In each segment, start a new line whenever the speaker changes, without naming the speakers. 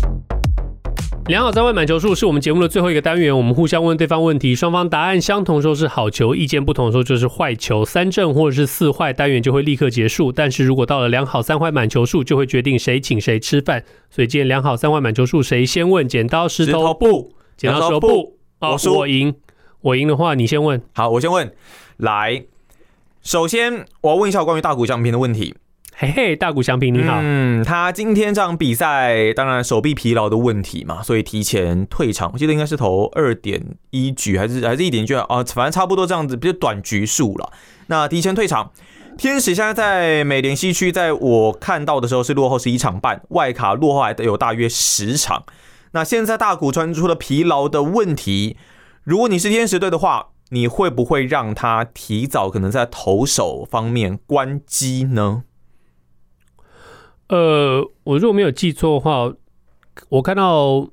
“良好在外满球数”是我们节目的最后一个单元，我们互相问对方问题，双方答案相同的时候是好球，意见不同的时候就是坏球。三正或者是四坏单元就会立刻结束，但是如果到了良好三坏满球数，就会决定谁请谁吃饭。所以今天良好三坏满球数，谁先问？剪刀石
石
头
头
布，剪刀石头
石头
布
布。
哦
我输
我赢，我赢的话你先问。
好，我先问，来，首先我要问一下关于大谷翔平的问题。
嘿嘿，大谷翔平你好，
嗯，他今天这场比赛，当然手臂疲劳的问题嘛，所以提前退场。我记得应该是投二点一局，还是还是一点局啊？哦反正差不多这样子，比较短局数了。那提前退场，天使现在在美联西区，在我看到的时候是落后十一场半，外卡落后还有大约十场。那现在大谷传出了疲劳的问题，如果你是天使队的话，你会不会让他提早可能在投手方面关机呢？
呃，我如果没有记错的话，我看到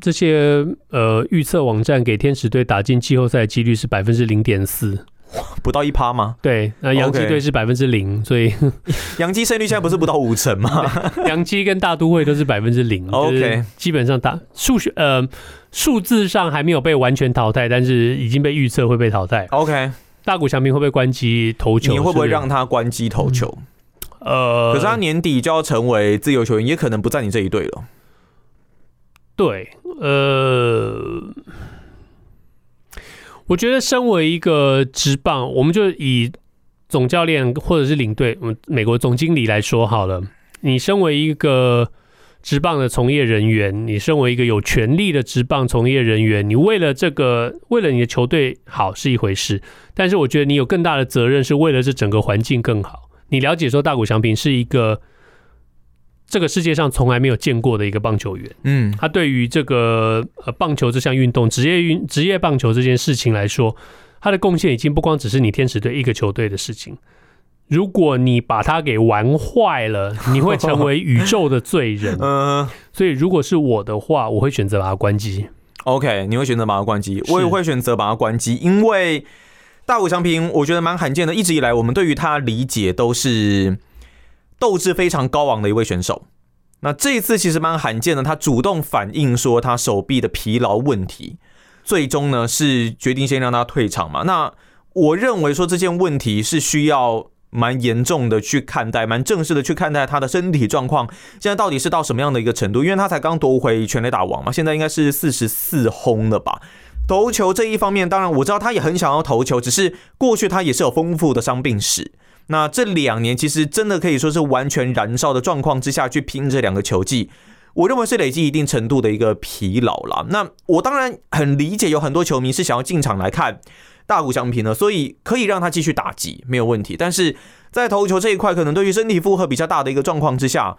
这些呃预测网站给天使队打进季后赛的几率是百分之零点四，
不到一趴吗？
对，那洋基
OK
队是百分之零，所 以
洋基胜率现在不是不到五成吗？
洋基跟大都会都是百分之零
OK
就是基本上打数学呃数字上还没有被完全淘汰，但是已经被预测会被淘汰。
OK，
大谷翔平会不会关机投球？
你会不会让
是
他关机投球？
呃？
可是他年底就要成为自由球员，也可能不在你这一队了。
对，呃，我觉得身为一个职棒，我们就以总教练或者是领队，嗯，美国总经理来说好了。你身为一个职棒的从业人员，你身为一个有权利的职棒从业人员，你为了这个，为了你的球队好是一回事，但是我觉得你有更大的责任，是为了这整个环境更好。你了解说大谷翔平是一个这个世界上从来没有见过的一个棒球员。
嗯。
他对于这个呃棒球这项运动，职业运职业棒球这件事情来说，他的贡献已经不光只是你天使队一个球队的事情。如果你把他给玩坏了，你会成为宇宙的罪人
嗯、
所以，如果是我的话，我会选择把他关机。
o k 你会选择把他关机，
是
我也会选择把他关机，因为大谷翔平我觉得蛮罕见的，一直以来我们对于他理解都是斗志非常高昂的一位选手。那这一次其实蛮罕见的，他主动反映说他手臂的疲劳问题，最终呢是决定先让他退场嘛。那我认为说这件问题是需要蛮严重的去看待，蛮正式的去看待他的身体状况，现在到底是到什么样的一个程度？因为他才刚夺回全垒打王嘛，现在应该是四十四轰了吧。投球这一方面，当然我知道他也很想要投球，只是过去他也是有丰富的伤病史。那这两年其实真的可以说是完全燃烧的状况之下去拼这两个球技，我认为是累积一定程度的一个疲劳啦。那我当然很理解，有很多球迷是想要进场来看大谷翔平的，所以可以让他继续打击没有问题。但是在投球这一块，可能对于身体负荷比较大的一个状况之下，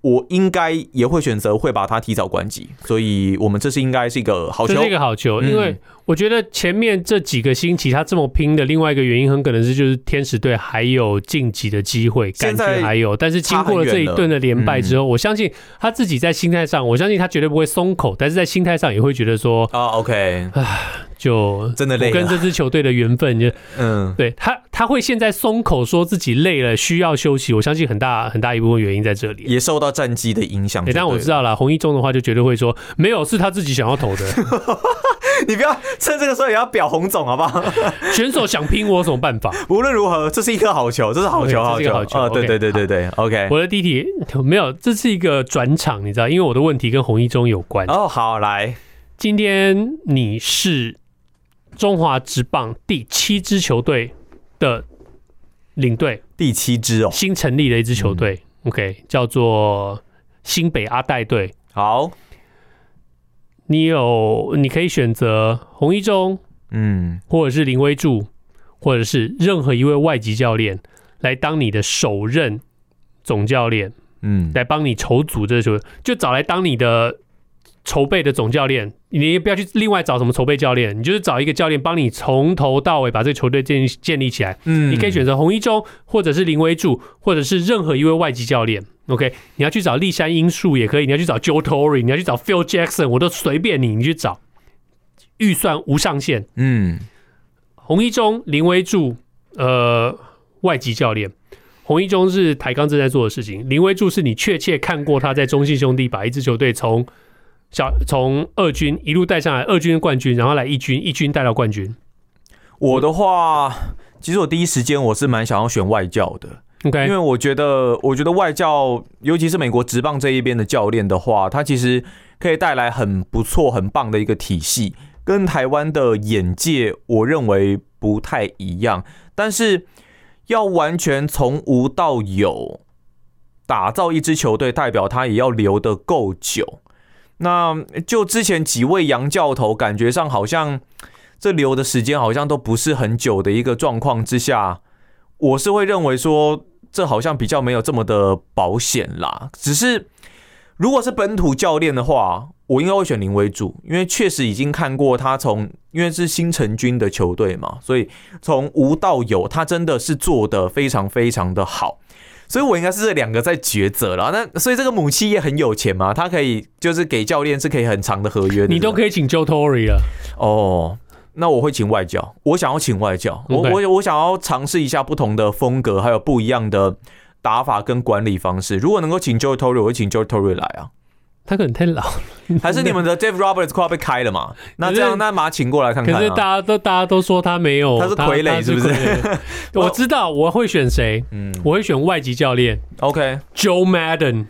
我应该也会选择会把它提早关机。所以我们这是应该是一个好
这
球
是一。个好球，
嗯
因为我觉得前面这几个星期他这么拼的另外一个原因，很可能是就是天使队还有晋级的机会，感
现
觉
在
还有。但是经过了这一顿的连败之后，我相信他自己在心态上，我相信他绝对不会松口，但是在心态上也会觉得说，
啊，OK，
就
真的累
我
了
跟这支球队的缘分就
嗯，
对他他会现在松口说自己累了，需要休息。我相信很大很大一部分原因在这里。
也受到战绩的影响
诶
就对了。
但我知道啦，红一中的话就绝对会说没有，是他自己想要投的。
你不要趁这个时候也要表红总，好不好？
选手想拼，我有什么办法？
无论如何，这是一颗好球，这是好球，
OK，这是一个好球
啊！对
OK，
对对对对，OK。
我的第一题没有，这是一个转场，你知道，因为我的问题跟红一中有关。
哦，好，来，
今天你是中华职棒第七支球队的领队，
第七支哦，
新成立的一支球队、o k 叫做新北阿带队。
好，
你有，你可以选择红一中，
嗯，
或者是林威柱，或者是任何一位外籍教练来当你的首任总教练。
嗯，
来帮你筹组这个球队，就找来当你的筹备的总教练，你也不要去另外找什么筹备教练，你就是找一个教练帮你从头到尾把这个球队建立建立起来。
嗯
你可以选择洪一中，或者是林威柱，或者是任何一位外籍教练。OK，你要去找立山英树也可以，你要去找 Joe Torre，你要去找 Phil Jackson，我都随便你，你去找。预算无上限，
嗯
洪一中、林威柱，呃，外籍教练。洪一中是台钢正在做的事情，林威柱是你确切看过他在中信兄弟把一支球队从小从二军一路带上来，二军冠军，然后来一军，一军带到冠军。
我的话，其实我第一时间我是蛮想要选外教的，因
OK，
为我觉得，我觉得外教，尤其是美国职棒这一边的教练的话，他其实可以带来很不错、很棒的一个体系，跟台湾的眼界，我认为不太一样。但是要完全从无到有，打造一支球队，代表他也要留得够久。那就之前几位洋教头，感觉上好像这留的时间好像都不是很久的一个状况之下，我是会认为说这好像比较没有这么的保险啦。只是如果是本土教练的话，我应该会选林威柱，因为确实已经看过他从，因为是新成军的球队嘛，所以从无到有，他真的是做的非常非常的好。所以我应该是这两个在抉择了。那所以这个母亲也很有钱嘛，他可以就是给教练是可以很长的合约的，
你都
以。
可以请 Joe Torre 了。
哦，那我会请外教，我想要请外教，我
OK
我我想要尝试一下不同的风格，还有不一样的打法跟管理方式。如果能够请 Joe Torre，我会请 Joe Torre 来 啊。
他可能太老，
还是你们的 Dave Roberts 快要被开 了嘛？那这
可是
样，那马请过来看看、
可
啊。
是大家都大家都说他没有，
他是傀儡是不是
傀 儡我知道我会选谁，
嗯
我会选外籍教练
，OK，
Joe Madden。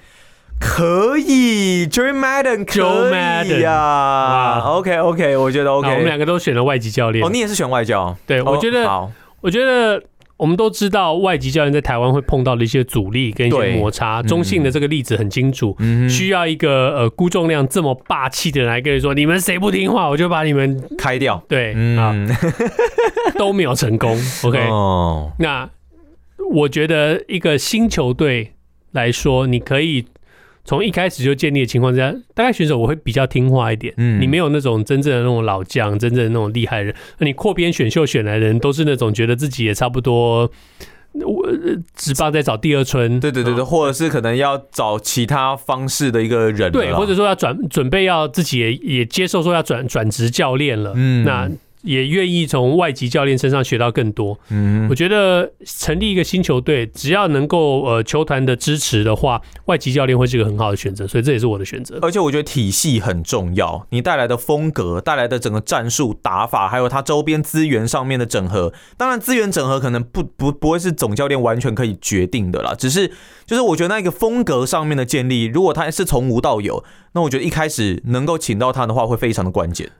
可以，Joe Madden
Joe
可以
Madden，
呀、
哇
OK OK，我觉得
好我们
OK。
两个都选了外籍教练
哦，。你也是选外教？
对，我
哦
觉得，
好，
我觉得我们都知道外籍教练在台湾会碰到的一些阻力跟一些
对
摩擦。中性的这个例子很清楚，
嗯哼，
需要一个呃估重量这么霸气的人来跟你说，你们谁不听话，我就把你们
开掉。
对啊都没有成功。OK，
嗯哦，
那我觉得一个新球队来说，你可以从一开始就建立的情况之下，大概选手我会比较听话一点。
嗯
你没有那种真正的那种老将，真正的那种厉害人。那你扩编选秀选来的人，都是那种觉得自己也差不多，我呃只棒在找第二春。
对对对对，
啊
或者是可能要找其他方式的一个人了啦，
对，或者说要转准备要自己也也接受说要转转职教练了。
嗯
那也愿意从外籍教练身上学到更多。
嗯
我觉得成立一个新球队，只要能够呃球团的支持的话，外籍教练会是一个很好的选择，所以这也是我的选择。
而且我觉得体系很重要，你带来的风格、带来的整个战术打法，还有它周边资源上面的整合。当然，资源整合可能不不不会是总教练完全可以决定的啦，只是就是我觉得那个风格上面的建立，如果他是从无到有，那我觉得一开始能够请到他的话，会非常的关键。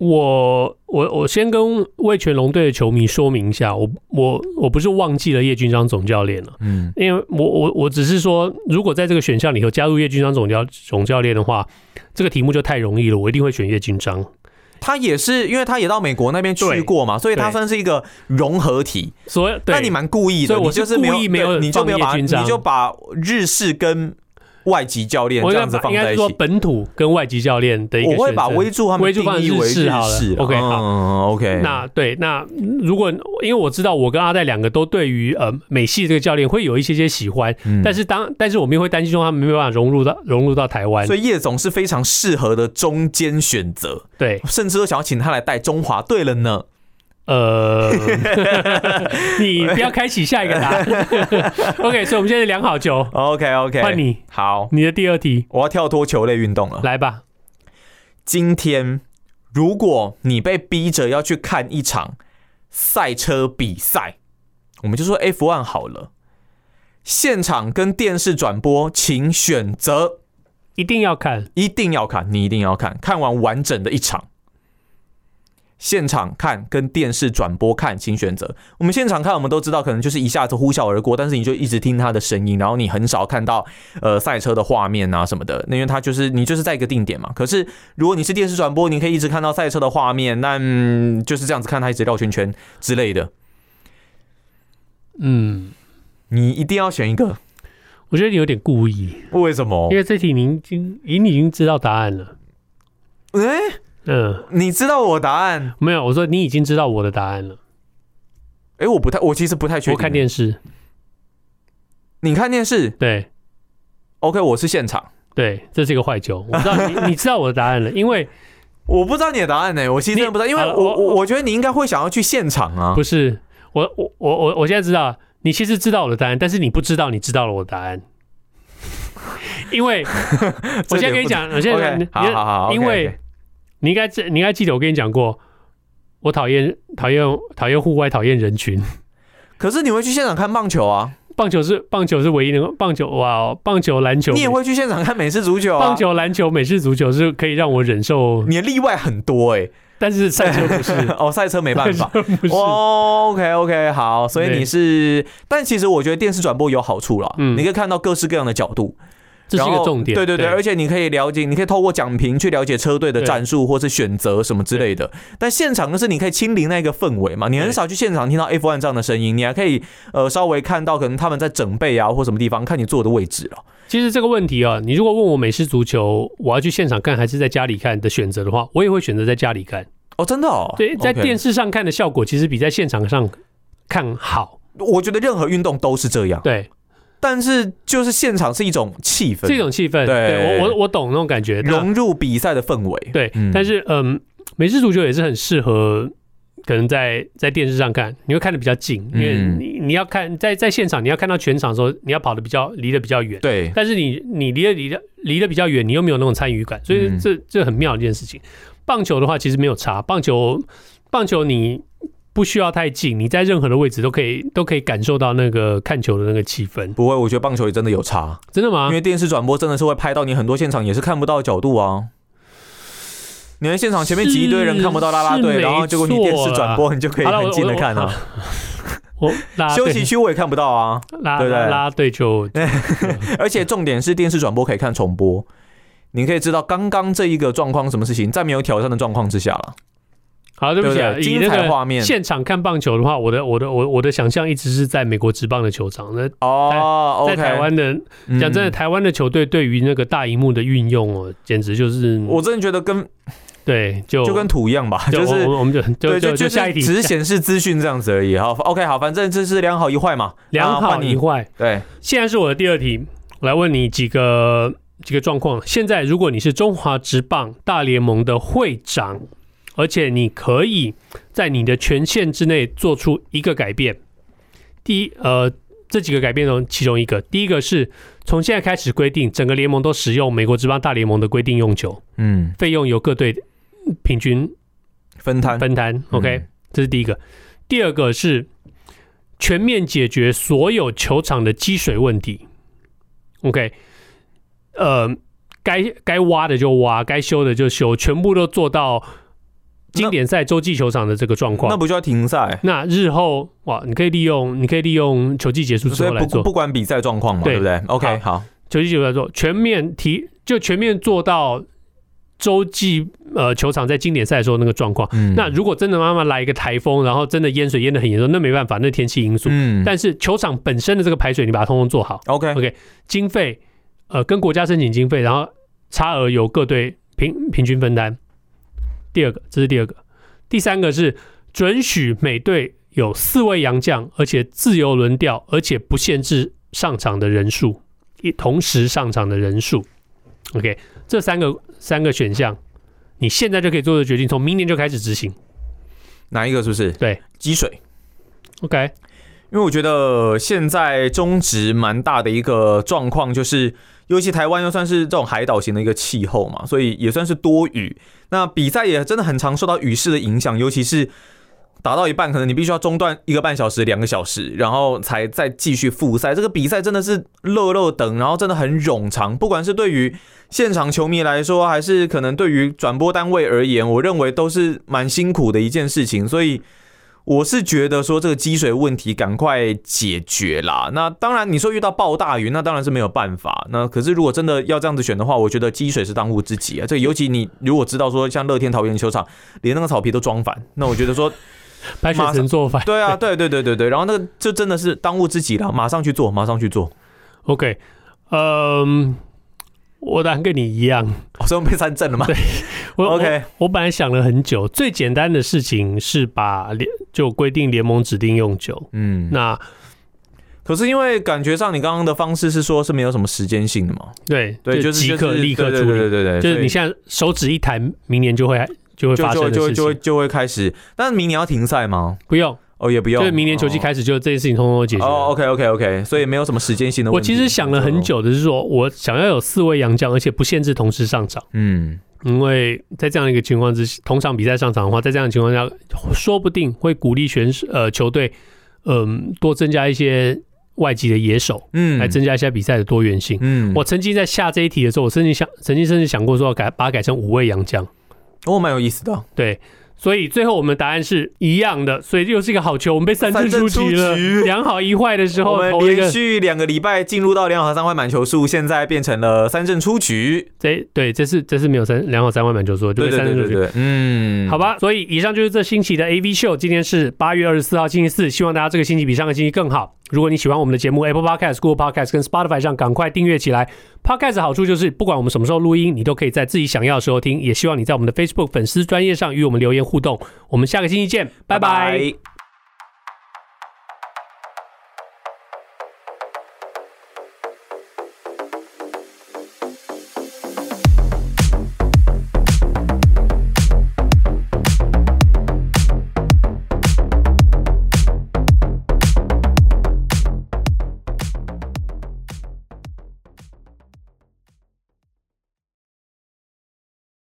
我我我先跟魏全龙队的球迷说明一下，我我我不是忘记了叶军章总教练了，
嗯
因为我我我只是说，如果在这个选项里头加入叶军章总教总教练的话，这个题目就太容易了，我一定会选叶军章。
他也是，因为他也到美国那边
对
去过嘛，所以他
对
算是一个融合体。
所以，
那
对
你蛮故意的，
所以我
你就是没
故意
有
没有
对你就
放
没有把
叶军
你
章
就把日式跟外籍教练
我应
这
该
样子
把
放
应该
在
是
一
说
起。
本土跟外籍教练的一个选
我
择。
会把威助他
威
们
助
定
放
义为
日式
式
好了
啦
OK，好
嗯，OK，
那对，那嗯如果因为我知道我跟阿戴两个都对于呃美系这个教练会有一些些喜欢，
嗯
但是当但是我们也会担心说他们没有办法融入到融入到台湾
所，以叶总是非常适合的中间选择，
对，
甚至都想要请他来带中华队了呢。
呃，你不要开启下一个答案 ，OK，所以我们现在量好球，
OK OK，
换你，
好，
你的第二题
我要跳脱球类运动了。
来吧，
今天如果你被逼着要去看一场赛车比赛，我们就说 F1 好了，现场跟电视转播，请选择，
一定要看，
一定要看，你一定要看，看完完整的一场。现场看跟电视转播看，请选择。我们现场看，我们都知道，可能就是一下子呼啸而过，但是你就一直听它的声音，然后你很少看到呃赛车的画面啊什么的，那因为它就是你就是在一个定点嘛。可是如果你是电视转播，你可以一直看到赛车的画面，那、嗯、就是这样子看它一直绕圈圈之类的。
嗯，
你一定要选一个，
我觉得你有点故意，
为什么
因？为这题你已经你已经知道答案了，
哎、
嗯，
你知道我答案？
没有，我说你已经知道我的答案了。
哎、我不太，我其实不太确定。
我看电视，
你看电视
对
？OK，我是现场，
对，这是一个坏球。我知道 你，你知道我的答案了，因为
我不知道你的答案呢、我其
你
实真的不知道，因为
好了
我
我
我我觉得你应该会想要去现场啊。
不是我，我我我我现在知道，你其实知道我的答案，但是你不知道你知道了我的答案，因 为我现在跟你讲，我现在
OK，
你
好好好，
因
OK，OK
为你应该记，你应该记得我跟你讲过，我讨厌讨厌讨厌户外，讨厌人群。
可是你会去现场看棒球啊，
棒球是棒球是唯一能够棒球哇哦，棒球篮球
你也会去现场看美式足球啊。
棒球篮球美式足球是可以让我忍受，
你的例外很多哎、
但是赛车不是，
哦，赛车没办 法。
赛车不是，
哦、o k OK，好，所以
对
你是，但其实我觉得电视转播有好处啦，
嗯
你可以看到各式各样的角度，
这是一
然
个
后
重点。
对对对，而且你可以了解，你可以透过讲评去了解车队的
对
战术或是选择什么之类的。但现场就是你可以亲临那个氛围嘛，你很
对
少去现场听到 F1 这样的声音，你还可以呃稍微看到可能他们在整备啊或什么地方，看你坐的位置了。哦
其实这个问题啊，你如果问我美式足球，我要去现场看还是在家里看的选择的话，我也会选择在家里看。
哦，真的哦，
对，在
OK
电视上看的效果其实比在现场上看好。
我觉得任何运动都是这样，
对，
但是就是现场是一种气氛，
这种气氛，
对
对我我我懂那种感觉。那
融入比赛的氛围。
对
嗯，
但是嗯，美式足球也是很适合，可能在在电视上看，你会看的比较近，因为
嗯
你你要看在在现场，你要看到全场的时候，你要跑的比较离得比较远。
对，
但是你你离得离得离得比较远，你又没有那种参与感，所以
嗯
这这很妙的一件事情。棒球的话其实没有差，棒球棒球你不需要太近，你在任何的位置都可以都可以感受到那个看球的那个气氛，
不会，我觉得棒球也真的有差，
真的吗
因？为电视转播真的是会拍到你很多现场也是看不到的角度啊。你看现场前面挤一堆人
是
看不到啦啦
是
队，
没
然后结果你电视转播你就可以
好了，
很
我
近的看
我
啊。
我拉
休息区我也看不到啊，
拉
对不对哎
拉拉队就
而且重点是电视转播可以看重播，你可以知道刚刚这一个状况什么事情，在没有挑战的状况之下了。
好，对不起啊，
对不对
以
精
那
彩画面
个现场看棒球的话，我的我的我我的想象一直是在美国职棒的球场，那
哦
在
，OK，
台湾的
嗯
讲真的，，台湾的球队对于那个大荧幕的运用哦，简直就是
我真的觉得跟
对，就
就跟土一样吧，
就
就是
我我们就
对，
就就
就是
下一题，
只是 显示资讯这样子而已。好，OK，好，反正这是良好一坏嘛，
良
啊
好
换你
一坏。
对，
现在是我的第二题，我来问你几个几个状况。现在如果你是中华职棒大联盟的会长，而且你可以在你的权限之内做出一个改变，第一呃。这几个改变中，其中一个，第一个是从现在开始规定，整个联盟都使用美国职棒大联盟的规定用球，
嗯，
费用由各队平均
分摊，
分摊。OK，、这是第一个。第二个是全面解决所有球场的积水问题。OK，呃，该该挖的就挖，该修的就修，全部都做到经典赛洲际球场的这个状况。
那不就要停赛？
那日后哇，你可以利用，你可以利用球季结束之
所
后来
以不
做
不管比赛状况嘛，对
对
不对？OK，好，
球季结束来做，全面提就全面做到洲际呃球场在经典赛的时候那个状况。
嗯
那如果真的妈妈来一个台风，然后真的淹水淹得很严重，那没办法，那天气因素。
嗯
但是球场本身的这个排水，你把它通通做好，
OK，
经费呃跟国家申请经费，然后差额由各队平平均分担。第二个，这是第二个。第三个是准许每队有四位洋将，而且自由轮调，而且不限制上场的人数，一同时上场的人数。OK，这三个三个选项，你现在就可以做的决定，从明年就开始执行。
哪一个是不是？
对，
积水。
OK，
因为我觉得现在中职蛮大的一个状况，就是尤其台湾又算是这种海岛型的一个气候嘛，所以也算是多雨。那比赛也真的很常受到雨势的影响，尤其是打到一半，可能你必须要中断一个半小时、两个小时，然后才再继续复赛。这个比赛真的是热热等，然后真的很冗长。不管是对于现场球迷来说，还是可能对于转播单位而言，我认为都是蛮辛苦的一件事情。所以我是觉得说这个积水问题赶快解决啦。那当然，你说遇到暴大雨，那当然是没有办法。那可是如果真的要这样子选的话，我觉得积水是当务之急啊。这个尤其你如果知道说像乐天桃园球场连那个草皮都装反，那我觉得说
白雪神做法。
对啊，对对对对对，然后那个就真的是当务之急了，马上去做，马上去做。
OK，嗯、我答案跟你一样，
哦、所以我们被三振了嘛？
我
OK
我我本来想了很久，最简单的事情是把联就规定联盟指定用酒。
嗯，
那
可是因为感觉上你刚刚的方式是说是没有什么时间性的嘛？
对
对，就是
即刻
就是
立刻
对
处理，
对对对对，
就是你
所
现在手指一弹，明年就会就会
以
发
就
生的
就就
事
就会
情。
就会开始。但明年要停赛吗？
不用，
哦，也不用，
就是明年球季
哦
开始，就这件事情通通都解决了。
哦，OK OK OK，所以没有什么时间性的
我
问题。
其实想了很，久的是说，我想要有四位洋将，而且不限制同时上场，
嗯，
因为在这样一个情况之下，同场比赛上场的话，在这样的情况下，说不定会鼓励选手呃球队，嗯、多增加一些外籍的野手，
嗯，
来增加一下比赛的多元性。
嗯，
我曾经在下这一题的时候，我曾经想，曾经甚至想过说要改把它改成五位洋将，
我蛮有意思的，
对。所以最后我们的答案是一样的，所以又是一个好球，我们被三振
三振
出局了
出局。
两好一坏的时
我
候
们
投一个
连续两个礼拜进入到两好三坏满球数，现在变成了三振出局。
这对这是这是没有三两好三万满球说就
对
被
对
三
对
振出
对
去。
对，嗯，
好，吧，所以以上就是这星期的 AV 秀。今天是八月二十四号，星期四，希望大家这个星期比上个星期更好。如果你喜欢我们的节目，Apple Podcast、Google Podcast 跟 Spotify 上赶快订阅起来。Podcast 的好处就是，不管我们什么时候录音，你都可以在自己想要的时候听。也希望你在我们的 Facebook 粉丝专业上与我们留言互动。我们下个星期见，拜拜
拜